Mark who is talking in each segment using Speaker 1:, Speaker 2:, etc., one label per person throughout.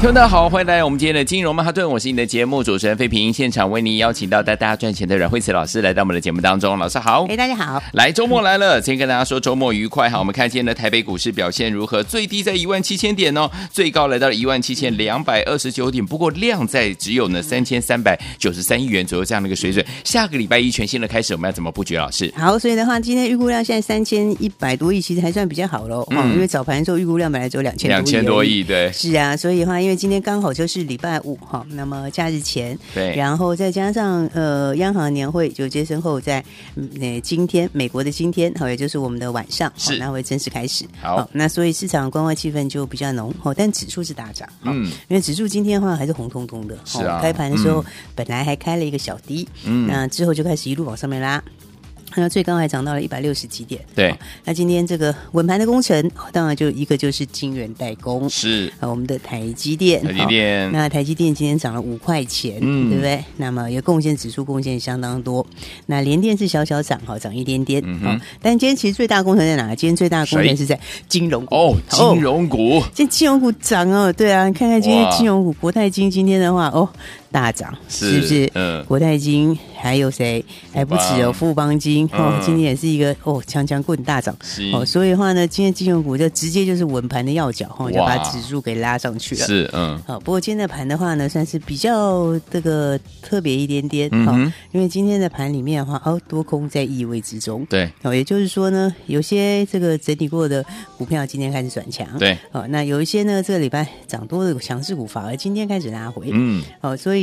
Speaker 1: 听众大家好，欢迎来到我们今天的金融曼哈顿，我是你的节目主持人费平，现场为您邀请到带大家赚钱的阮慧慈老师来到我们的节目当中，老师好
Speaker 2: 哎、。大家好，
Speaker 1: 来，周末来了，先跟大家说周末愉快哈。我们看今天的台北股市表现如何？最低在一万七千点哦，最高来到了一万七千两百二十九点，不过量在只有呢三千三百九十三亿元左右这样的一个水准。下个礼拜一全新的开始，我们要怎么布局？老师，
Speaker 2: 好，所以的话，今天预估量现在三千一百多亿，其实还算比较好喽、嗯，因为早盘的时候预估量本来只有两千
Speaker 1: 两千多
Speaker 2: 而已。
Speaker 1: 亿，对，
Speaker 2: 是啊，所以的话，因为今天刚好就是礼拜五哈，那么假日前，
Speaker 1: 对
Speaker 2: 然后再加上呃央行年会就接身后在嗯呃今天美国的今天，好，也就是我们的晚上，
Speaker 1: 是
Speaker 2: 好那会正式开始。
Speaker 1: 好
Speaker 2: 那所以市场观望气氛就比较浓哦，但指数是大涨，好
Speaker 1: 嗯
Speaker 2: 因为指数今天的话还是红彤彤的，
Speaker 1: 是啊
Speaker 2: 哦开盘的时候本来还开了一个小低，
Speaker 1: 嗯
Speaker 2: 那之后就开始一路往上面拉。那最高还涨到了一百六十几点。
Speaker 1: 对
Speaker 2: 哦那今天这个稳盘的工程，哦当然就一个就是晶圆代工，
Speaker 1: 是
Speaker 2: 啊，我们的台积电，
Speaker 1: 台积电
Speaker 2: 好那台积电今天涨了五块钱，
Speaker 1: 嗯
Speaker 2: 对不对？那么也贡献指数贡献相当多。那联电是小小涨，哈，涨一点点，
Speaker 1: 嗯哼
Speaker 2: 好但今天其实最大工程在哪？今天最大工
Speaker 1: 谁
Speaker 2: 程是在金融股
Speaker 1: 哦，金。融股
Speaker 2: 这金融股涨哦，对啊，你看看今天
Speaker 1: 哇
Speaker 2: 金融股，国泰金今天的话哦大涨，
Speaker 1: 是
Speaker 2: 是不是？
Speaker 1: 嗯
Speaker 2: 国泰金还有谁？还不止哦，富邦金哦
Speaker 1: 嗯，
Speaker 2: 今天也是一个哦强强棍大涨
Speaker 1: 是
Speaker 2: 哦，所以的话呢，今天金融股就直接就是稳盘的要角哈，哦就
Speaker 1: 哇
Speaker 2: 把指数给拉上去了。哦
Speaker 1: 是嗯，
Speaker 2: 好，不过今天的盘的话呢，算是比较这个特别一点点
Speaker 1: 嗯
Speaker 2: 哦
Speaker 1: 哼，
Speaker 2: 因为今天的盘里面的话，哦，多空在意味之中。
Speaker 1: 对
Speaker 2: 哦，也就是说呢，有些这个整理过的股票今天开始转强，
Speaker 1: 对，
Speaker 2: 哦，那有一些呢，这个礼拜涨多的强势股反而今天开始拉回，
Speaker 1: 嗯
Speaker 2: 哦，所以。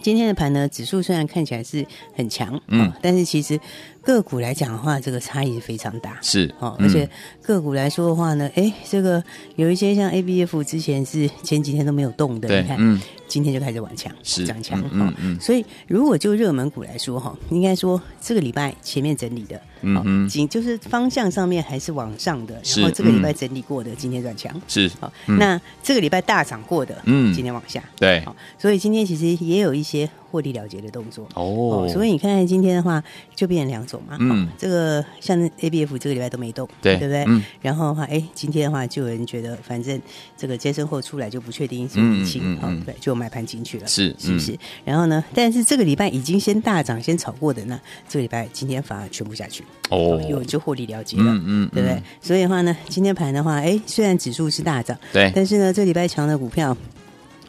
Speaker 2: 今天的盘呢，指数虽然看起来是很强，
Speaker 1: 嗯
Speaker 2: 哦，但是其实个股来讲的话，这个差异是非常大，
Speaker 1: 是
Speaker 2: 哦，
Speaker 1: 嗯
Speaker 2: 而且个股来说的话呢，哎、这个有一些像 A B F 之前是前几天都没有动的，
Speaker 1: 对
Speaker 2: 你看、
Speaker 1: 嗯
Speaker 2: 今天就开始往强，
Speaker 1: 是
Speaker 2: 涨强，
Speaker 1: 嗯
Speaker 2: 嗯
Speaker 1: 嗯嗯
Speaker 2: 所以如果就热门股来说哈，应该说这个礼拜前面整理的，
Speaker 1: 嗯
Speaker 2: 哦
Speaker 1: 哼
Speaker 2: 仅就是方向上面还是往上的，
Speaker 1: 是
Speaker 2: 然后这个礼拜
Speaker 1: 嗯
Speaker 2: 整理过的，今天转强。
Speaker 1: 是
Speaker 2: 好，
Speaker 1: 嗯
Speaker 2: 那这个礼拜大涨过的，
Speaker 1: 嗯
Speaker 2: 今天往下，
Speaker 1: 对
Speaker 2: 好，所以今天其实也有一些获利了结的动作。
Speaker 1: 哦，
Speaker 2: 所以你看今天的话，就变成两种嘛。
Speaker 1: 嗯
Speaker 2: 嗯，这个像 A B F 这个礼拜都没动，
Speaker 1: 对
Speaker 2: 对不对？
Speaker 1: 嗯
Speaker 2: 然后的话，哎，今天的话，就有人觉得反正这个接生后出来就不确定因素
Speaker 1: 嗯
Speaker 2: 疫情，
Speaker 1: 嗯
Speaker 2: 好、
Speaker 1: 嗯
Speaker 2: 对，就买盘进去了，
Speaker 1: 是嗯
Speaker 2: 是不是？然后呢，但是这个礼拜已经先大涨、先炒过的呢，这个礼拜今天反而全部下去，
Speaker 1: 哦
Speaker 2: 有人就获利了结了。
Speaker 1: 嗯嗯，
Speaker 2: 对不对？
Speaker 1: 嗯？
Speaker 2: 所以的话呢，今天盘的话，哎，虽然指数是大涨，
Speaker 1: 对，
Speaker 2: 但是呢，这礼拜强的股票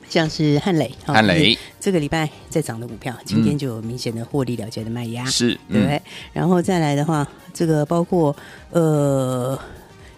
Speaker 2: 像是汉磊，哦
Speaker 1: 汉磊
Speaker 2: 就是这个礼拜在涨的股票，今天就有明显的获利了结的卖压，
Speaker 1: 是，
Speaker 2: 对不
Speaker 1: 嗯
Speaker 2: 啊对？然后再来的话，这个包括呃。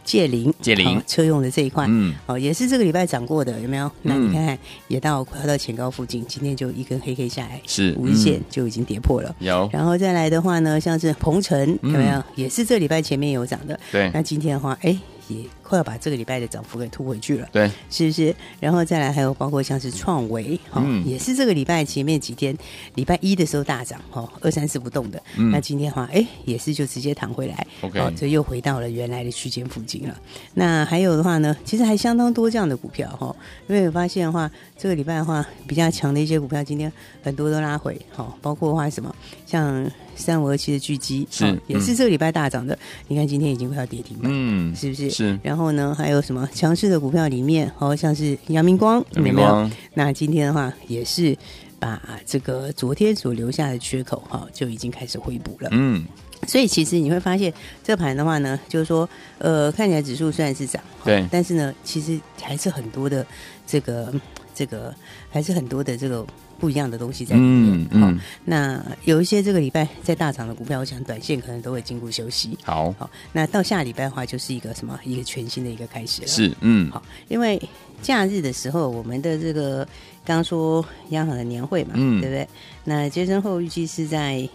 Speaker 2: 界零，
Speaker 1: 界林
Speaker 2: 哦车用的这一块，
Speaker 1: 嗯
Speaker 2: 哦，也是这个礼拜涨过的，有没有？那
Speaker 1: 嗯
Speaker 2: 你看看，也到快要到前高附近，今天就一根黑 K 下来，
Speaker 1: 是
Speaker 2: 五日线
Speaker 1: 嗯
Speaker 2: 就已经跌破了。
Speaker 1: 有
Speaker 2: 然后再来的话呢，像是鹏程有没有
Speaker 1: 嗯？
Speaker 2: 也是这礼拜前面有涨的，
Speaker 1: 对
Speaker 2: 那今天的话，哎，也快要把这个礼拜的涨幅给突回去了，
Speaker 1: 对
Speaker 2: 是不是？然后再来还有包括像是创维，哈、哦
Speaker 1: 嗯
Speaker 2: 也是这个礼拜前面几天，礼拜一的时候大涨，哈、哦，二三四不动的，
Speaker 1: 嗯
Speaker 2: 那今天的话，哎，也是就直接弹回来哦
Speaker 1: OK
Speaker 2: 这又回到了原来的区间附近了。那还有的话呢，其实还相当多这样的股票，哈、因为我发现的话，这个礼拜的话比较强的一些股票，今天很多都拉回，哈、包括的话什么像三五二七的巨基，
Speaker 1: 是
Speaker 2: 哦也
Speaker 1: 嗯
Speaker 2: 是这个礼拜大涨的，你看今天已经快要跌停板了。
Speaker 1: 嗯
Speaker 2: 是不是？
Speaker 1: 是
Speaker 2: 然后呢，还有什么强势的股票里面，哦，像是阳明光，
Speaker 1: 阳明
Speaker 2: 有没有
Speaker 1: 光
Speaker 2: 那今天的话，也是把这个昨天所留下的缺口，哈、就已经开始回补了。
Speaker 1: 嗯
Speaker 2: 所以其实你会发现，这盘的话呢，就是说，呃，看起来指数虽然是涨，哈
Speaker 1: 对
Speaker 2: 但是呢，其实还是很多的这个这个，还是很多的这个不一样的东西在里面。
Speaker 1: 嗯
Speaker 2: 哈
Speaker 1: 嗯
Speaker 2: 那有一些这个礼拜在大涨的股票，我想短线可能都会经过休息。
Speaker 1: 好
Speaker 2: 好，那到下礼拜的话，就是一个什么啊一个全新的一个开始了。
Speaker 1: 是嗯
Speaker 2: 好，因为假日的时候，我们的这个刚说央行的年会嘛，
Speaker 1: 嗯
Speaker 2: 对不对？那接生后预计是在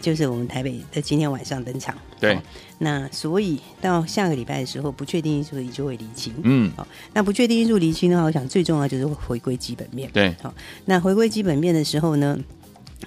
Speaker 2: 就是我们台北的今天晚上登场，
Speaker 1: 对
Speaker 2: 哦那所以到下个礼拜的时候，不确定因素就会厘清。
Speaker 1: 嗯，
Speaker 2: 那不确定因素厘清的话，我想最重要就是回归基本面。
Speaker 1: 对
Speaker 2: 那回归基本面的时候呢，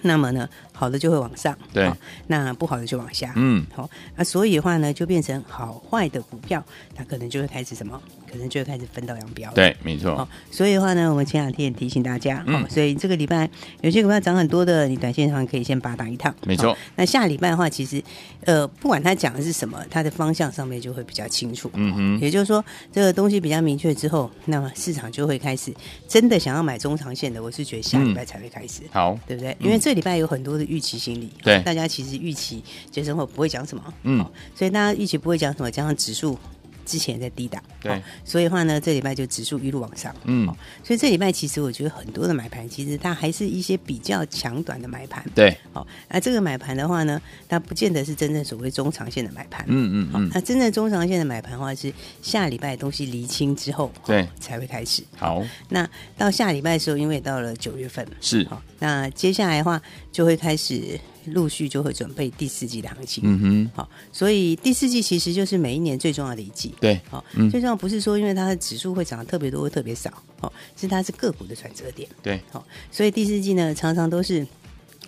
Speaker 2: 那么呢，好的就会往上，
Speaker 1: 对
Speaker 2: 好那不好的就往下。
Speaker 1: 嗯
Speaker 2: 好、那所以的话呢，就变成好坏的股票，它可能就会开始什么，可能就会开始分道扬镳了。
Speaker 1: 对，没
Speaker 2: 好、
Speaker 1: 错，
Speaker 2: 所以的话呢，我们前两天也提醒大家，
Speaker 1: 嗯
Speaker 2: 哦，所以这个礼拜有些股票涨很多的，你短线上可以先拔打一趟，
Speaker 1: 没错
Speaker 2: 哦那下礼拜的话，其实呃，不管它讲的是什么，它的方向上面就会比较清楚。
Speaker 1: 嗯哼
Speaker 2: 也就是说，这个东西比较明确之后，那么市场就会开始真的想要买中长线的，我是觉得
Speaker 1: 嗯
Speaker 2: 下礼拜才会开始。
Speaker 1: 好，
Speaker 2: 对不对？因为这礼拜有很多的预期心理，
Speaker 1: 嗯对
Speaker 2: 大家其实预期杰森后不会讲什么，
Speaker 1: 嗯
Speaker 2: 哦，所以大家预期不会讲什么，加上指数之前在低档，
Speaker 1: 对
Speaker 2: 哦所以的话呢，这礼拜就指数一路往上，
Speaker 1: 嗯
Speaker 2: 哦，所以这礼拜其实我觉得很多的买盘，其实它还是一些比较强短的买盘，
Speaker 1: 对，
Speaker 2: 好、哦，那这个买盘的话呢，它不见得是真正所谓中长线的买盘，
Speaker 1: 嗯嗯嗯，
Speaker 2: 那真正中长线的买盘的话，是下礼拜东西厘清之后，
Speaker 1: 对
Speaker 2: 哦才会开始。
Speaker 1: 好，
Speaker 2: 那到下礼拜的时候，因为到了九月份，
Speaker 1: 是，
Speaker 2: 好，那接下来的话就会开始陆续就会准备第四季的行情。
Speaker 1: 嗯哼，
Speaker 2: 好，所以第四季其实就是每一年最重要的一季。
Speaker 1: 对，
Speaker 2: 好，
Speaker 1: 嗯
Speaker 2: 最重要不是说因为它的指数会涨得特别多或特别少，哦，是它是个股的转折点。
Speaker 1: 对，
Speaker 2: 好，所以第四季呢，常常都是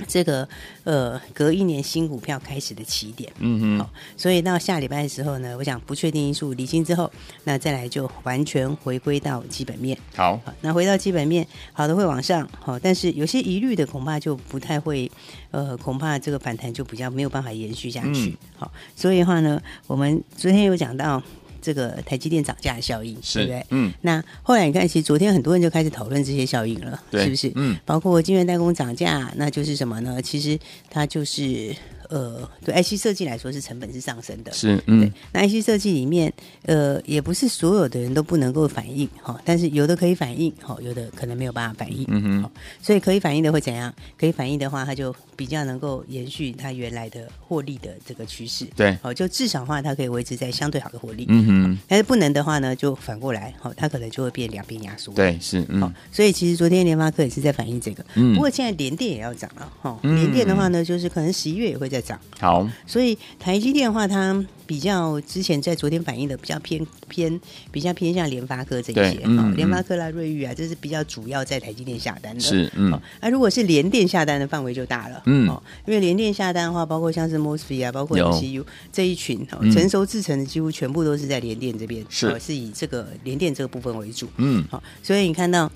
Speaker 2: 这个呃隔一年新股票开始的起点。
Speaker 1: 嗯哼，
Speaker 2: 好，所以到下礼拜的时候呢，我想不确定因素理清之后，那再来就完全回归到基本面。
Speaker 1: 好，
Speaker 2: 好，那回到基本面，好的会往上，好，但是有些疑虑的恐怕就不太会，呃，恐怕这个反弹就比较没有办法延续下去
Speaker 1: 嗯。
Speaker 2: 好，所以的话呢，我们昨天有讲到这个台积电涨价的效应，对不
Speaker 1: 是
Speaker 2: 对，？
Speaker 1: 嗯，
Speaker 2: 那后来你看，其实昨天很多人就开始讨论这些效应了，
Speaker 1: 对，
Speaker 2: 是不是？
Speaker 1: 嗯，
Speaker 2: 包括晶圆代工涨价，那就是什么呢？其实它就是呃，对 IC 设计来说是成本是上升的，
Speaker 1: 是，嗯
Speaker 2: 对，，那 IC 设计里面，呃，也不是所有的人都不能够反应哈、但是有的可以反应，哈、有的可能没有办法反应，
Speaker 1: 嗯哼
Speaker 2: 好所以可以反应的会怎样？可以反应的话，它就比较能够延续它原来的获利的这个趋势，
Speaker 1: 对
Speaker 2: 好、就至少的话它可以维持在相对好的获利，
Speaker 1: 嗯哼，
Speaker 2: 但是不能的话呢，就反过来，好、它可能就会变两边压缩，
Speaker 1: 对，是，
Speaker 2: 好
Speaker 1: 嗯，，
Speaker 2: 所以其实昨天联发科也是在反映这个，
Speaker 1: 嗯
Speaker 2: 不过现在联电也要涨了哈，
Speaker 1: 嗯
Speaker 2: 联电的话呢，就是可能十一月也会再涨，
Speaker 1: 好，
Speaker 2: 所以台积电的话，它比较之前在昨天反映的比较偏偏比较偏向联发科这一
Speaker 1: 对
Speaker 2: 些，
Speaker 1: 嗯
Speaker 2: 哈
Speaker 1: 嗯
Speaker 2: 联发科啦、瑞昱啊，这是比较主要在台积电下单的，
Speaker 1: 是，嗯，
Speaker 2: 那、如果是联电下单的范围就大了，
Speaker 1: 嗯
Speaker 2: 哦，因为联电下单的话，包括像是 MOSFET 啊，包括
Speaker 1: 有
Speaker 2: MCU 这一群、哦
Speaker 1: 嗯
Speaker 2: 成熟制成的，几乎全部都是在联电这边，
Speaker 1: 是
Speaker 2: 哦是以这个联电这个部分为主，
Speaker 1: 嗯，
Speaker 2: 好、所以你看到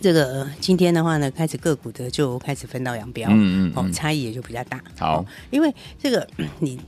Speaker 2: 这个、呃今天的话呢，开始个股的就开始分道扬镳，
Speaker 1: 嗯嗯
Speaker 2: 哦
Speaker 1: 嗯，
Speaker 2: 差异也就比较大。
Speaker 1: 好
Speaker 2: 哦因为这个嗯你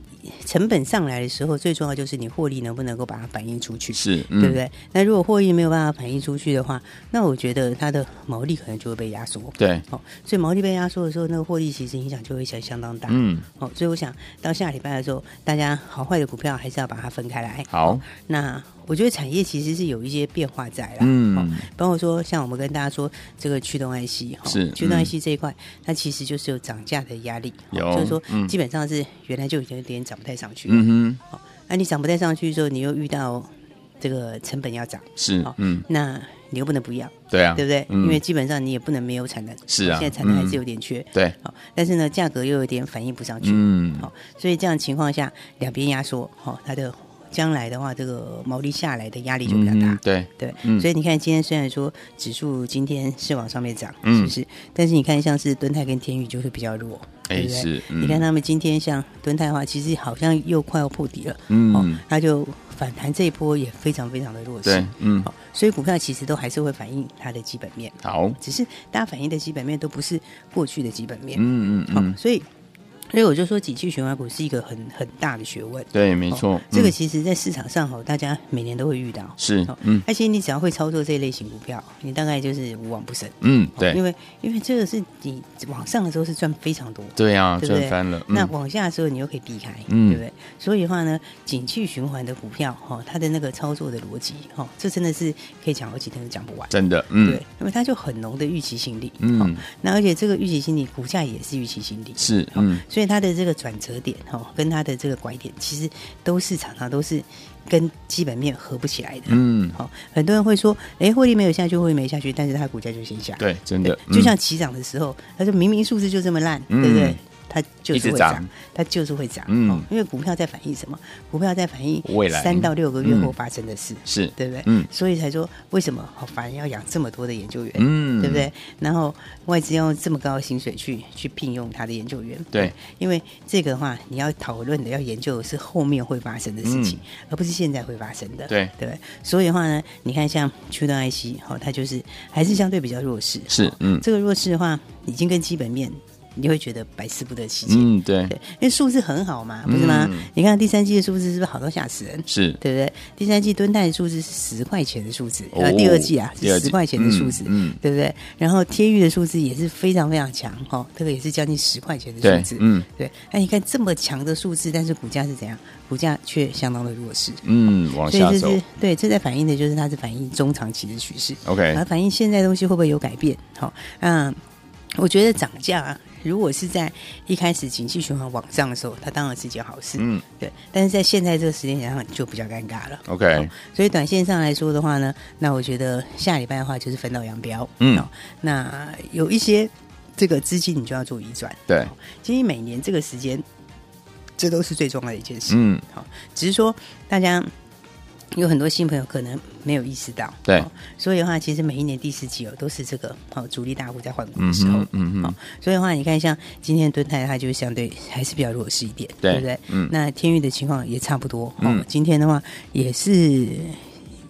Speaker 2: 成本上来的时候，最重要就是你获利能不能够把它反映出去，
Speaker 1: 是，嗯，
Speaker 2: 对不？对？那如果获利没有办法反映出去的话，那我觉得它的毛利可能就会被压缩。
Speaker 1: 对，
Speaker 2: 哦，所以毛利被压缩的时候，那个获利其实影响就会相相当大。
Speaker 1: 嗯，
Speaker 2: 哦，所以我想到下礼拜的时候，大家好坏的股票还是要把它分开来。
Speaker 1: 好，
Speaker 2: 那我觉得产业其实是有一些变化在啦，
Speaker 1: 嗯
Speaker 2: 哦，包括说像我们跟大家说这个驱动 IC 哈、
Speaker 1: 是
Speaker 2: 驱动
Speaker 1: 嗯
Speaker 2: IC 这一块，它其实就是有涨价的压力，哦
Speaker 1: 有
Speaker 2: 就是说
Speaker 1: 嗯
Speaker 2: 基本上是原来就已经有点涨不太上去，，
Speaker 1: 嗯哼，
Speaker 2: 那、你涨不太上去之后，你又遇到这个成本要涨，哦
Speaker 1: 是，嗯，
Speaker 2: 那你又不能不要，
Speaker 1: 对啊，
Speaker 2: 对不对？
Speaker 1: 嗯
Speaker 2: 因为基本上你也不能没有产能，哦
Speaker 1: 是啊
Speaker 2: 现在产能还
Speaker 1: 嗯
Speaker 2: 是有点缺，
Speaker 1: 对，
Speaker 2: 好、但是呢价格又有点反映不上去，
Speaker 1: 嗯，
Speaker 2: 好、所以这样的情况下，两边压缩，好、它的将来的话，这个毛利下来的压力就比较大。
Speaker 1: 嗯，对，
Speaker 2: 对，
Speaker 1: 嗯
Speaker 2: 所以你看，今天虽然说指数今天是往上面涨，
Speaker 1: 嗯
Speaker 2: 是不是？但是你看，像是敦泰跟天宇就会比较弱，对
Speaker 1: 哎，
Speaker 2: 不对？
Speaker 1: 是，嗯
Speaker 2: 你看，他们今天像敦泰的话，其实好像又快要破底了，哦
Speaker 1: 嗯，，
Speaker 2: 它就反弹这一波也非常非常的弱势，
Speaker 1: 对，嗯，
Speaker 2: 哦，所以股票其实都还是会反映它的基本面，
Speaker 1: 好，
Speaker 2: 只是大家反映的基本面都不是过去的基本面，
Speaker 1: 嗯嗯
Speaker 2: 好、
Speaker 1: 嗯，
Speaker 2: 所以，所以我就说，景气循环股是一个很很大的学问。
Speaker 1: 对，没
Speaker 2: 哦
Speaker 1: 错，
Speaker 2: 这个
Speaker 1: 嗯
Speaker 2: 其实在市场上哈，哦大家每年都会遇到。
Speaker 1: 是
Speaker 2: 哦，
Speaker 1: 嗯
Speaker 2: 而且你只要会操作这一类型股票，你大概就是无往不胜。
Speaker 1: 嗯，
Speaker 2: 哦因
Speaker 1: 对，
Speaker 2: 为因为这个是你往上的时候是赚非常多，
Speaker 1: 对啊，
Speaker 2: 对不对
Speaker 1: 赚翻了，
Speaker 2: 那
Speaker 1: 嗯，
Speaker 2: 往下的时候你又可以避开，
Speaker 1: 嗯
Speaker 2: 对不对？所以的话呢，景气循环的股票哈、哦，它的那个操作的逻辑哈、哦，这真的是可以讲好几天都讲不完。
Speaker 1: 真的，嗯
Speaker 2: 对，因为它就很浓的预期心理，
Speaker 1: 嗯
Speaker 2: 哦那而且这个预期心理股价也是预期心理，
Speaker 1: 是，
Speaker 2: 好
Speaker 1: 嗯
Speaker 2: 所所以它的这个转折点哈、哦，跟它的这个拐点，其实都是常常都是跟基本面合不起来的。
Speaker 1: 嗯，
Speaker 2: 好、很多人会说，哎，获利没有下去，获利没下去，但是它股价就先下。
Speaker 1: 对，真的，
Speaker 2: 就
Speaker 1: 嗯
Speaker 2: 像起涨的时候，他说明明数字就这么烂，
Speaker 1: 嗯
Speaker 2: 对不对？它就是
Speaker 1: 一直
Speaker 2: 会
Speaker 1: 涨
Speaker 2: 涨，它就是会涨。
Speaker 1: 嗯
Speaker 2: 哦因为股票在反映什么？股票在反映
Speaker 1: 未来
Speaker 2: 三到六个月
Speaker 1: 嗯
Speaker 2: 后发生的事，
Speaker 1: 是，
Speaker 2: 对不对？
Speaker 1: 嗯
Speaker 2: 所以才说为什么好哦反而要养这么多的研究员，
Speaker 1: 嗯
Speaker 2: 对不？对？然后外资要用这么高的薪水去去聘用他的研究员，
Speaker 1: 对，
Speaker 2: 因为这个的话，你要讨论的、要研究的是后面会发生的事情，而不是现在会发生的，
Speaker 1: 嗯对
Speaker 2: 对不对。所以的话呢，你看像驱动 IC，好、哦，它就是还是相对比较弱势，
Speaker 1: 是
Speaker 2: 哦，
Speaker 1: 嗯
Speaker 2: 这个弱势的话，已经跟基本面，你会觉得百思不得其解，
Speaker 1: 嗯，对
Speaker 2: 对，，因为数字很好嘛，不是吗？
Speaker 1: 嗯
Speaker 2: 你看第三季的数字是不是好到吓死人？
Speaker 1: 是，
Speaker 2: 对不对？第三季吨泰的数字是十块钱的数字，
Speaker 1: 哦
Speaker 2: 呃，第二季啊
Speaker 1: 第二
Speaker 2: 是
Speaker 1: 季
Speaker 2: 十块钱的数字，
Speaker 1: 嗯嗯
Speaker 2: 对不对？然后天域的数字也是非常非常强哦，这个也是将近十块钱的
Speaker 1: 对
Speaker 2: 数字，，
Speaker 1: 嗯
Speaker 2: 对。那、你看这么强的数字，但是股价是怎样？股价却相当的弱势，
Speaker 1: 嗯，往
Speaker 2: 所以
Speaker 1: 下
Speaker 2: 这
Speaker 1: 走
Speaker 2: 是对，这在反映的就是它是反映中长期的趋势，
Speaker 1: ，OK，
Speaker 2: 而反映现在东西会不会有改变？好、嗯，我觉得涨价、啊、如果是在一开始景气循环往上的时候，它当然是一件好事，
Speaker 1: 嗯
Speaker 2: 对。但是在现在这个时间点上就比较尴尬了。
Speaker 1: ，OK，
Speaker 2: 好所以短线上来说的话呢，那我觉得下礼拜的话就是分道扬镳。
Speaker 1: 嗯
Speaker 2: 好，那有一些这个资金你就要做移转。
Speaker 1: 对
Speaker 2: 好，其实每年这个时间，这都是最重要的一件事。
Speaker 1: 嗯，
Speaker 2: 好，只是说大家有很多新朋友可能没有意识到，
Speaker 1: 对
Speaker 2: 好所以的话，其实每一年第四季哦都是这个好主力大户在换股
Speaker 1: 嗯
Speaker 2: 的时候
Speaker 1: 哼，，嗯
Speaker 2: 好
Speaker 1: 哼，，
Speaker 2: 所以的话，你看像今天敦泰，它就相对还是比较弱势一点，
Speaker 1: 对
Speaker 2: 不对？
Speaker 1: 嗯
Speaker 2: 那天域的情况也差不多，
Speaker 1: 嗯
Speaker 2: 哦，今天的话也是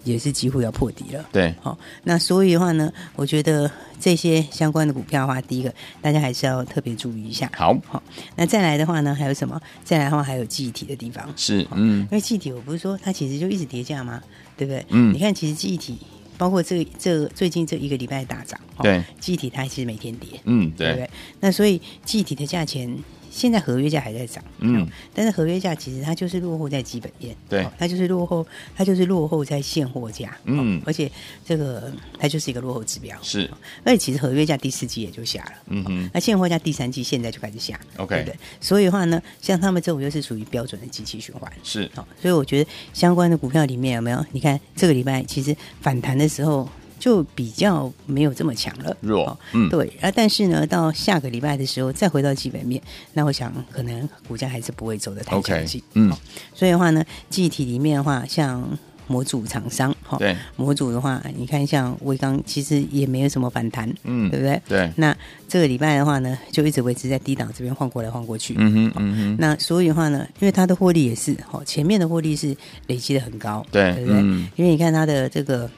Speaker 2: 也是几乎要破底了。
Speaker 1: 对，
Speaker 2: 好、那所以的话呢，我觉得这些相关的股票的话，第一个大家还是要特别注意一下。
Speaker 1: 好，
Speaker 2: 好、那再来的话呢，还有什么？再来的话还有记忆体的地方，
Speaker 1: 是，嗯
Speaker 2: 因，为记忆体，我不是说它其实就一直叠价吗？对不对？
Speaker 1: 嗯
Speaker 2: 你看，其实记忆体包括这个这个最近这一个礼拜的大涨，哦
Speaker 1: 对，
Speaker 2: 记忆体它其实每天跌，
Speaker 1: 嗯，
Speaker 2: 对不
Speaker 1: 对，
Speaker 2: 对？那所以记忆体的价钱。现在合约价还在涨，
Speaker 1: 嗯
Speaker 2: 哦，但是合约价其实它就是落后在基本面，
Speaker 1: 对
Speaker 2: 哦它就是落后，它就是落后在现货价，
Speaker 1: 嗯
Speaker 2: 哦而且这个它就是一个落后指标，
Speaker 1: 是，
Speaker 2: 而且其实合约价第四季也就下了，
Speaker 1: 嗯哼，
Speaker 2: 那现货价第三季现在就开始下
Speaker 1: OK
Speaker 2: 对不对？所以的话呢，像他们这种就是属于标准的机器循环，
Speaker 1: 是，
Speaker 2: 好、所以我觉得相关的股票里面有没有？你看这个礼拜其实反弹的时候就比较没有这么强了，
Speaker 1: 弱
Speaker 2: 哦
Speaker 1: 嗯
Speaker 2: 对。啊，但是呢，到下个礼拜的时候再回到基本面，那我想可能股价还是不会走得太强
Speaker 1: OK，
Speaker 2: 劲。
Speaker 1: 嗯，
Speaker 2: 所以的话呢，记忆体里面的话，像模组厂商，哈、
Speaker 1: 对，
Speaker 2: 模组的话，你看像威刚其实也没有什么反弹，
Speaker 1: 嗯
Speaker 2: 对不对？
Speaker 1: 对，
Speaker 2: 那这个礼拜的话呢，就一直维持在低档这边晃过来晃过去，
Speaker 1: 嗯哼，嗯哼，
Speaker 2: 那所以的话呢，因为它的获利也是，哦，前面的获利是累积的很高，
Speaker 1: 对
Speaker 2: 不对？
Speaker 1: 嗯
Speaker 2: 因为你看它的这个。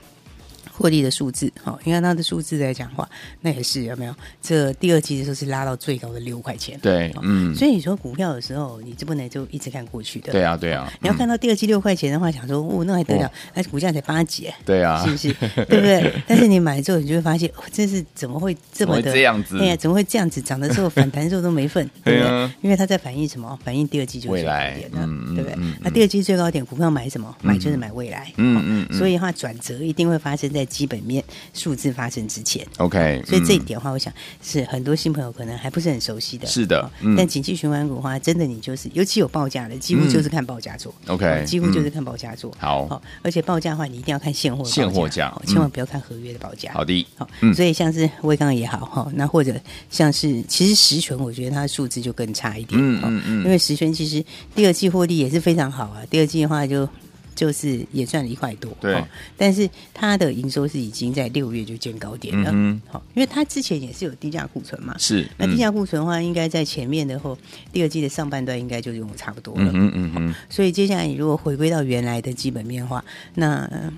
Speaker 2: 获利的数字，哦，你看它的数字来讲话，那也是有没有？这第二季的时候是拉到最高的六块钱，哦
Speaker 1: 对，嗯，
Speaker 2: 所以你说股票的时候，你就不能就一直看过去的，
Speaker 1: 对啊，对啊，
Speaker 2: 你要
Speaker 1: 嗯，
Speaker 2: 看到第二季六块钱的话，想说哦，那还得
Speaker 1: 哇
Speaker 2: 了？那股价才八几耶，
Speaker 1: 对啊，
Speaker 2: 是 不是？对不对？但是你买了之后，你就会发现，哦，真是怎么会这么
Speaker 1: 怎么
Speaker 2: 的
Speaker 1: 会这样子
Speaker 2: 哎呀，怎么会这样子？涨的时候反弹的时候都没份，对不
Speaker 1: 对
Speaker 2: 对
Speaker 1: 啊？
Speaker 2: 因为它在反映什么？反映第二季就是最高点
Speaker 1: 未来嗯
Speaker 2: 了，对不对
Speaker 1: 嗯嗯嗯？
Speaker 2: 那第二季最高点，股票买什么？买就是买未来。哦
Speaker 1: 嗯嗯嗯
Speaker 2: 所以的话，转折一定会发生在基本面数字发生之前。
Speaker 1: ，OK，
Speaker 2: 所以这一
Speaker 1: 嗯
Speaker 2: 点的话，我想是很多新朋友可能还不是很熟悉的。
Speaker 1: 是的
Speaker 2: 哦
Speaker 1: 嗯
Speaker 2: 但景气循环股的话，真的你就是，尤其有报价的，几乎就是看报价做。
Speaker 1: 嗯 OK，
Speaker 2: 哦几乎就是
Speaker 1: 嗯
Speaker 2: 看报价做。
Speaker 1: 好
Speaker 2: 哦，而且报价的话，你一定要看现货的报
Speaker 1: 现货价
Speaker 2: 哦
Speaker 1: 嗯
Speaker 2: 千万不要看合约的报价。
Speaker 1: 好的，
Speaker 2: 好
Speaker 1: 嗯，
Speaker 2: 所以像是威刚也好哈，那或者像是其实实权，我觉得它的数字就更差一点，
Speaker 1: 嗯
Speaker 2: 哦
Speaker 1: 嗯嗯
Speaker 2: 因为实权其实第二季获利也是非常好啊，第二季的话就就是也赚了一块多，
Speaker 1: 对
Speaker 2: 哦但是它的营收是已经在六月就见高点了，
Speaker 1: 嗯
Speaker 2: 好、因为它之前也是有低价库存嘛，
Speaker 1: 是，
Speaker 2: 那低
Speaker 1: 嗯
Speaker 2: 价库存的话，应该在前面的后第二季的上半段应该就用得差不多了，
Speaker 1: 嗯哼嗯哼，
Speaker 2: 所以接下来你如果回归到原来的基本面的话，那呃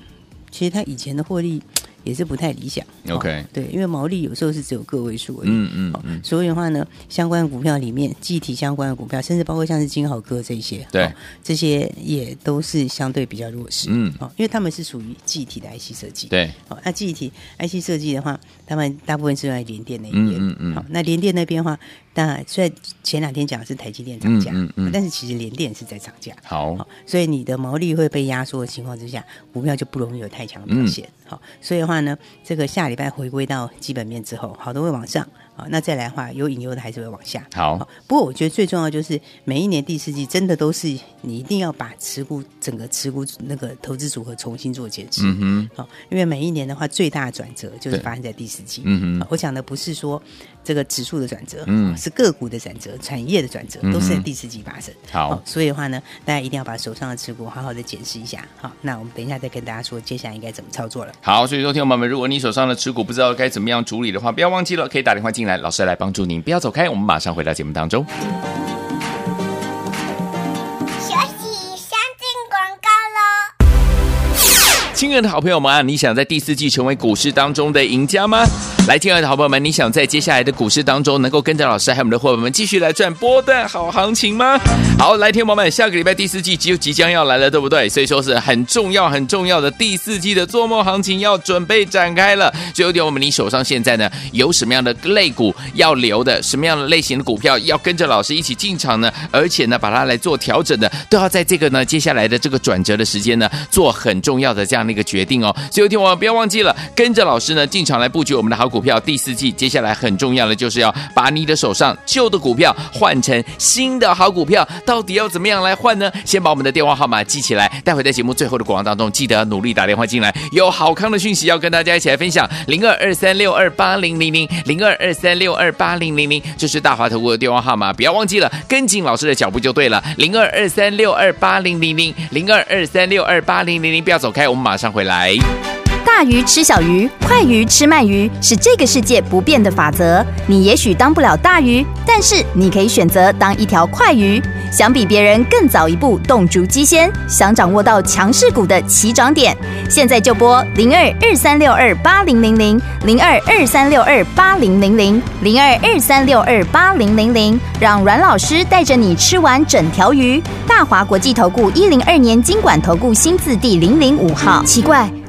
Speaker 2: 其实它以前的获利也是不太理想。
Speaker 1: OK
Speaker 2: 哦对，因为毛利有时候是只有个位数而已。
Speaker 1: 嗯嗯
Speaker 2: 哦
Speaker 1: 嗯，
Speaker 2: 所以的话呢，相关的股票里面，集体相关的股票，甚至包括像是金豪科这些，哦
Speaker 1: 对
Speaker 2: 这些也都是相对比较弱势，
Speaker 1: 嗯
Speaker 2: 哦，因为他们是属于集体的 IC 设计，，
Speaker 1: 对，
Speaker 2: 哦，那记忆体 IC 设计的话，他们大部分是用在联电那一
Speaker 1: 嗯
Speaker 2: 边。
Speaker 1: 嗯嗯
Speaker 2: 好，那联电那边的话，当然虽然前两天讲的是台积电涨价，哦
Speaker 1: 嗯嗯嗯
Speaker 2: 但是其实联电是在涨价。
Speaker 1: 好
Speaker 2: 好，所以你的毛利会被压缩的情况之下，股票就不容易有
Speaker 1: 嗯
Speaker 2: 太强的表现。好，所以的话呢，这个下礼拜回归到基本面之后，好的会往上，好，那再来的话，有隐忧的还是会往下。
Speaker 1: 好，
Speaker 2: 不过我觉得最重要就是每一年第四季真的都是你一定要把持股整个持股那个投资组合重新做检视。
Speaker 1: 嗯哼，
Speaker 2: 好、因为每一年的话，最大的转折就是
Speaker 1: 对
Speaker 2: 发生在第四季。啊
Speaker 1: 嗯哼
Speaker 2: 好我讲的不是说这个指数的转折，
Speaker 1: 嗯
Speaker 2: 是个股的转折、产业的转折，
Speaker 1: 嗯
Speaker 2: 都是在
Speaker 1: 哼
Speaker 2: 第四季发生。
Speaker 1: 好
Speaker 2: 哦，所以的话呢，大家一定要把手上的持股好好的检视一下。好，那我们等一下再跟大家说接下来应该怎么操作了。
Speaker 1: 好，所以说，听众朋友们，如果你手上的持股不知道该怎么样处理的话，不要忘记了，可以打电话进来，老师来帮助您。不要走开，我们马上回到节目当中。
Speaker 3: 学习先进广告喽。
Speaker 1: 亲爱的好朋友们啊，你想在第四季成为股市当中的赢家吗？来，亲爱的好朋友们，你想在接下来的股市当中能够跟着老师还有我们的伙伴们继续来赚波段好行情吗？好，来，听众朋友们，下个礼拜第四季就即将要来了，对不对？所以说是很重要、很重要的第四季的做梦行情要准备展开了。最后一点，我们你手上现在呢有什么样的类股要留的，什么样的类型的股票要跟着老师一起进场呢？而且呢，把它来做调整的，都要在这个呢接下来的这个转折的时间呢，做很重要的这样的一个决定哦。所以，听我们不要忘记了，跟着老师呢进场来布局我们的好股票。第四季接下来很重要的就是要把你的手上旧的股票换成新的好股票，到底要怎么样来换呢？先把我们的电话号码记起来，待会在节目最后的广告当中，记得要努力打电话进来，有好康的讯息要跟大家一起来分享。零二二三六二八零零零零二二三六二八零零零，这是大华投顾的电话号码，不要忘记了跟紧老师的脚步就对了。零二二三六二八零零零零二二三六二八零零零，不要走开，我们马上回来。
Speaker 4: 大鱼吃小鱼，快鱼吃慢鱼，是这个世界不变的法则。你也许当不了大鱼，但是你可以选择当一条快鱼。想比别人更早一步动足机先，想掌握到强势股的起涨点，现在就拨零二二三六二八零零零零二二三六二八零零零零二二三六二八零零零，让阮老师带着你吃完整条鱼。大华国际投顾一零二年经管投顾新字第零零五号。奇怪。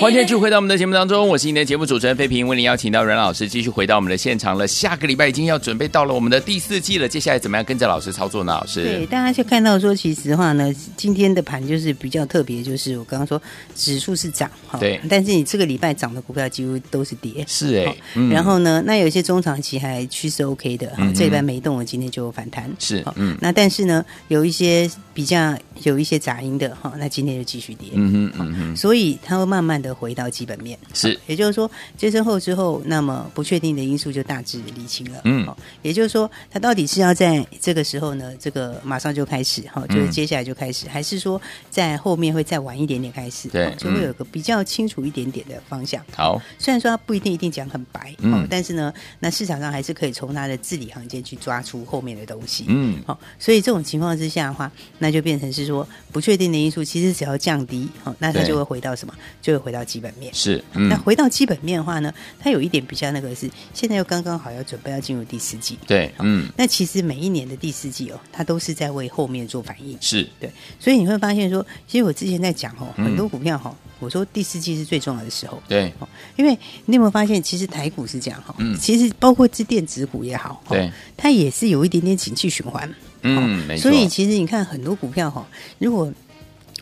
Speaker 1: 欢迎继续回到我们的节目当中，我是你的节目主持人费平，为您邀请到阮老师继续回到我们的现场了。下个礼拜已经要准备到了我们的第四季了，接下来怎么样跟着老师操作呢？老
Speaker 2: 对，
Speaker 1: 师，
Speaker 2: 大家就看到说，其实话呢，今天的盘就是比较特别，就是我刚刚说指数是涨哈，
Speaker 1: 对
Speaker 2: 但是你这个礼拜涨的股票几乎都是跌，
Speaker 1: 是哎
Speaker 2: 好然后呢，那有一些中长期还趋势 OK 的，
Speaker 1: 嗯
Speaker 2: 哈，
Speaker 1: 哼
Speaker 2: 这一半没动，我今天就有反弹。
Speaker 1: 是
Speaker 2: 好
Speaker 1: 嗯
Speaker 2: 那但是呢，有一些比较有一些杂音的哈，那今天就继续跌。
Speaker 1: 嗯哼嗯哼，
Speaker 2: 所以它会慢慢的回到基本面，
Speaker 1: 是
Speaker 2: 也就是说接身后之后，那么不确定的因素就大致理清了。
Speaker 1: 嗯
Speaker 2: 好，也就是说，它到底是要在这个时候呢，这个马上就开始哈，好就是
Speaker 1: 嗯
Speaker 2: 接下来就开始，还是说在后面会再晚一点点开始，
Speaker 1: 对
Speaker 2: 好就会
Speaker 1: 嗯
Speaker 2: 有个比较清楚一点点的方向。
Speaker 1: 好，
Speaker 2: 虽然说它不一定一定讲很白，
Speaker 1: 嗯
Speaker 2: 哦，但是呢，那市场上还是可以从它的字里行间去抓出后面的东西。
Speaker 1: 嗯
Speaker 2: 好、所以这种情况之下的话，那就变成是说不确定的因素，其实只要降低，好、那它
Speaker 1: 对
Speaker 2: 就会回到什么？就会回到基本面。
Speaker 1: 是嗯
Speaker 2: 那回到基本面的话呢，它有一点比较那个是，现在又刚刚好要准备要进入第四季。
Speaker 1: 对嗯
Speaker 2: 那其实每一年的第四季哦，它都是在为后面做反应。
Speaker 1: 是
Speaker 2: 对，所以你会发现说，其实我之前在讲哦，
Speaker 1: 嗯
Speaker 2: 很多股票哈、我说第四季是最重要的时候。
Speaker 1: 对
Speaker 2: 哦，因为你有没有发现，其实台股是这样哈，
Speaker 1: 嗯
Speaker 2: 其实包括这电子股也好，哦
Speaker 1: 对，
Speaker 2: 它也是有一点点景气循环，
Speaker 1: 嗯没错，
Speaker 2: 所以其实你看很多股票哈，如果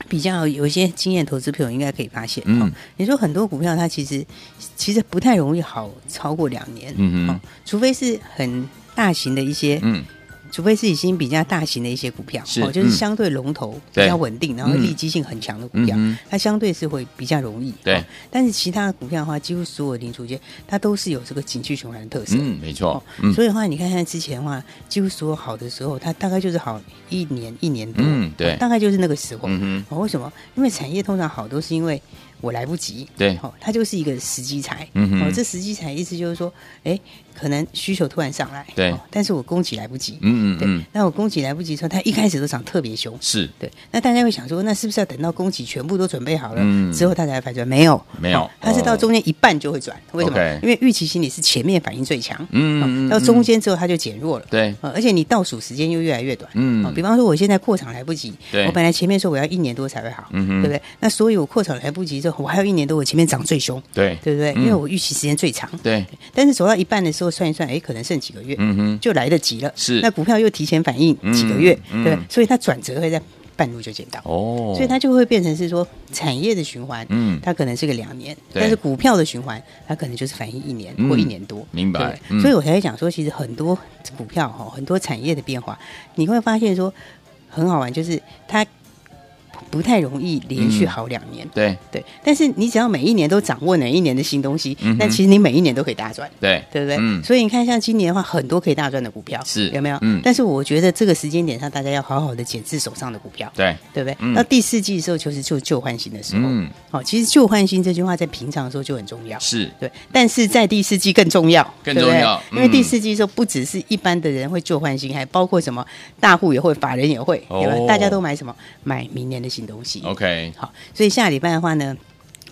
Speaker 2: 比较有一些经验的投资朋友应该可以发现，
Speaker 1: 嗯
Speaker 2: 哦你说很多股票它其实其实不太容易好超过两年，
Speaker 1: 嗯哼
Speaker 2: 哦，除非是很大型的一些，
Speaker 1: 嗯
Speaker 2: 除非是已经比较大型的一些股票，哦
Speaker 1: 是
Speaker 2: 就是
Speaker 1: 嗯
Speaker 2: 相对龙头、
Speaker 1: 对
Speaker 2: 比较稳定，然后
Speaker 1: 嗯
Speaker 2: 利基性很强的股票，
Speaker 1: 嗯哼
Speaker 2: 它相对是会比较容易。
Speaker 1: 对
Speaker 2: 哦但是其他的股票的话，几乎所有的零组件它都是有这个景气循环的特色。
Speaker 1: 嗯没
Speaker 2: 哦
Speaker 1: 错，嗯
Speaker 2: 所以的话，你看看之前的话，几乎所有好的时候，它大概就是好一年一年多，哦
Speaker 1: 嗯对
Speaker 2: 大概就是那个时候。
Speaker 1: 嗯
Speaker 2: 哦，为什么？因为产业通常好都是因为我来不及，
Speaker 1: 对
Speaker 2: 哦，它就是一个时机财，
Speaker 1: 嗯哼
Speaker 2: 哦，这时机财意思就是说，哎，可能需求突然上来，
Speaker 1: 对
Speaker 2: 哦但是我供给来不及，
Speaker 1: 嗯嗯嗯
Speaker 2: 对，那我供给来不及的时候，它一开始都涨特别凶，
Speaker 1: 是
Speaker 2: 对，那大家会想说，那是不是要等到供给全部都准备好了、
Speaker 1: 嗯
Speaker 2: 之后，它才反转？没有，
Speaker 1: 没有
Speaker 2: 哦它是到中间一半就会转。为什么
Speaker 1: OK
Speaker 2: 因为预期心理是前面反应最强，
Speaker 1: 嗯嗯嗯
Speaker 2: 哦到中间之后它就减弱了。
Speaker 1: 对
Speaker 2: 呃而且你倒数时间又越来越短，
Speaker 1: 嗯
Speaker 2: 哦比方说我现在扩产来不及
Speaker 1: 对，
Speaker 2: 我本来前面说我要一年多才会好，
Speaker 1: 嗯哼
Speaker 2: 对不对？那所以我扩产来不及之后，我还有一年多，我前面涨最凶，
Speaker 1: 对
Speaker 2: 对不对？
Speaker 1: 嗯
Speaker 2: 因为我预期时间最长，
Speaker 1: 对
Speaker 2: 但是走到一半的时候算一算，哎，可能剩几个月，
Speaker 1: 嗯哼
Speaker 2: 就来得及了。
Speaker 1: 是
Speaker 2: 那股票又提前反应
Speaker 1: 嗯
Speaker 2: 几个月，
Speaker 1: 嗯
Speaker 2: 对，所以它转折会在半路就捡到。
Speaker 1: 哦，
Speaker 2: 所以它就会变成是说产业的循环，
Speaker 1: 嗯
Speaker 2: 它可能是个两年，
Speaker 1: 对
Speaker 2: 但是股票的循环，它可能就是反映一年
Speaker 1: 嗯
Speaker 2: 或一年多。
Speaker 1: 明白
Speaker 2: 对
Speaker 1: 嗯
Speaker 2: 所以我才会讲说，其实很多股票哈，很多产业的变化，你会发现说很好玩，就是它不太容易连续
Speaker 1: 嗯
Speaker 2: 好两年。
Speaker 1: 对
Speaker 2: 对，但是你只要每一年都掌握哪一年的新东西，
Speaker 1: 嗯哼
Speaker 2: 那其实你每一年都可以大赚。
Speaker 1: 对
Speaker 2: 对不对？
Speaker 1: 嗯
Speaker 2: 所以你看，像今年的话，很多可以大赚的股票，
Speaker 1: 是
Speaker 2: 有没有？
Speaker 1: 嗯
Speaker 2: 但是我觉得这个时间点上，大家要好好的检视手上的股票，
Speaker 1: 对
Speaker 2: 对不对？
Speaker 1: 嗯
Speaker 2: 到第四季的时候，就是旧旧换新的时候。
Speaker 1: 嗯
Speaker 2: 好、其实旧换新这句话在平常的时候就很重要。
Speaker 1: 是
Speaker 2: 对，但是在第四季更重要，
Speaker 1: 更
Speaker 2: 对不
Speaker 1: 重
Speaker 2: 对
Speaker 1: 要
Speaker 2: 因为
Speaker 1: 嗯
Speaker 2: 第四季的时候，不只是一般的人会旧换新，还包括什么大户也会、法人也会，
Speaker 1: 哦
Speaker 2: 对吧？大家都买什么？买明年的新东西。
Speaker 1: OK
Speaker 2: 好，所以下礼拜的话呢。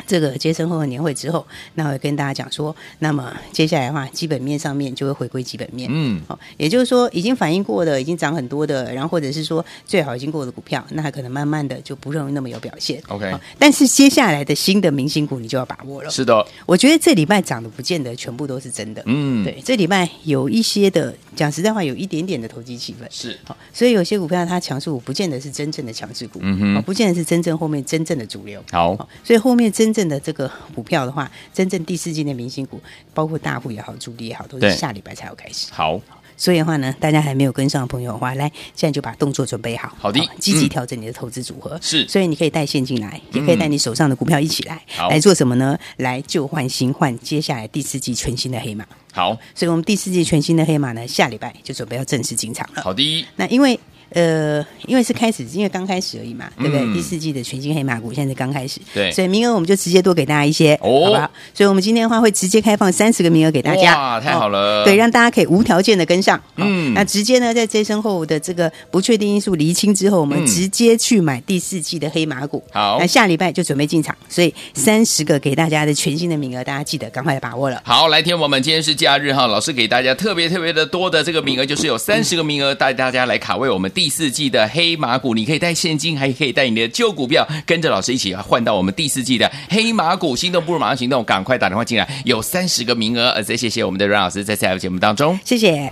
Speaker 2: 这个接生后的年会之后，那我会跟大家讲说，那么接下来的话，基本面上面就会回归基本面。
Speaker 1: 嗯
Speaker 2: 好，也就是说，已经反应过的、已经涨很多的，然后或者是说最好已经过的股票，那它可能慢慢的就不容易那么有表现。
Speaker 1: OK
Speaker 2: 好但是接下来的新的明星股，你就要把握了。
Speaker 1: 是的
Speaker 2: 我觉得这礼拜涨的不见得全部都是真的。
Speaker 1: 嗯
Speaker 2: 对，这礼拜有一些的，讲实在话，有一点点的投机气氛。
Speaker 1: 是
Speaker 2: 好，所以有些股票它强势股不见得是真正的强势股，
Speaker 1: 嗯哼
Speaker 2: 好不见得是真正后面真正的主流。
Speaker 1: 好
Speaker 2: 好，所以后面真正的这个股票的话，真正第四季的明星股，包括大户也好，主力也好，都
Speaker 1: 对
Speaker 2: 是下礼拜才要开始。
Speaker 1: 好
Speaker 2: 所以的话呢，大家还没有跟上的朋友的话，来现在就把动作准备好，
Speaker 1: 好的
Speaker 2: 积极
Speaker 1: 嗯
Speaker 2: 调整你的投资组合。
Speaker 1: 是嗯
Speaker 2: 所以你可以带现进来，也可以带你手上的股票一起来，
Speaker 1: 好
Speaker 2: 来做什么呢？来旧换新，换接下来第四季全新的黑马。
Speaker 1: 好
Speaker 2: 所以我们第四季全新的黑马呢，下礼拜就准备要正式进场了。
Speaker 1: 好的
Speaker 2: 那因为呃，因为是开始，因为刚开始而已嘛，对不对？
Speaker 1: 嗯
Speaker 2: 第四季的全新黑马股现在是刚开始，
Speaker 1: 对
Speaker 2: 所以名额我们就直接多给大家一些，
Speaker 1: 哦
Speaker 2: 好不好？所以我们今天的话会直接开放三十个名额给大家，哦
Speaker 1: 哇太好了
Speaker 2: 对，让大家可以无条件的跟上，哦
Speaker 1: 嗯
Speaker 2: 那直接呢在接生后的这个不确定因素厘清之后，我
Speaker 1: 嗯
Speaker 2: 们直接去买第四季的黑马股，
Speaker 1: 好
Speaker 2: 那下礼拜就准备进场，所以三十个给大家的全新的名额，大家记得赶快来把握了。
Speaker 1: 好，来，天我们今天是假日哈，老师给大家特别特别的多的这个名额，就是有三十个名额，带大家来卡位我们第第四季的黑马股，你可以带现金，还可以带你的旧股票，跟着老师一起换到我们第四季的黑马股。心动不如马上行动，赶快打电话进来，有三十个名额。而且谢谢我们的阮老师在这台节目当中。
Speaker 2: 谢谢。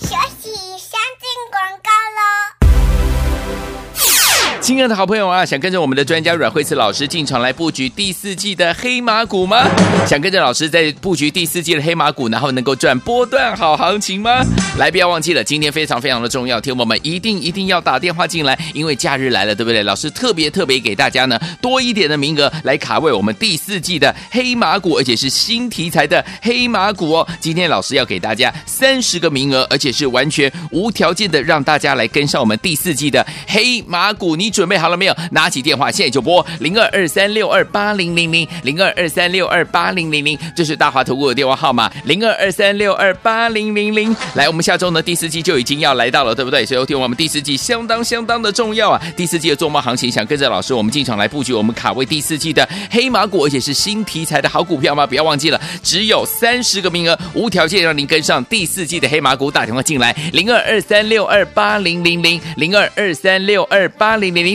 Speaker 3: 学习先进广告喽。
Speaker 1: 亲爱的好朋友啊，想跟着我们的专家阮慧慈老师进场来布局第四季的黑马股吗？想跟着老师在布局第四季的黑马股，然后能够赚波段好行情吗？来，不要忘记了，今天非常非常的重要，听我们一定一定要打电话进来，因为假日来了，对不对？老师特别特别给大家呢多一点的名额来卡位我们第四季的黑马股，而且是新题材的黑马股哦。今天老师要给大家三十个名额，而且是完全无条件的让大家来跟上我们第四季的黑马股。你准备好了没有？拿起电话现在就拨零二二三六二八零零零零二二三六二八零零零，这是大华投顾的电话号码零二二三六二八零零零。来，我们下周呢第四季就已经要来到了，对不对？所以听我们第四季相当相当的重要啊！第四季的做梦行情，想跟着老师我们进场来布局我们卡位第四季的黑马股，而且是新题材的好股票吗？不要忘记了，只有三十个名额，无条件让您跟上第四季的黑马股。打电话进来零二二三六二八零零零零二二三六二八零零零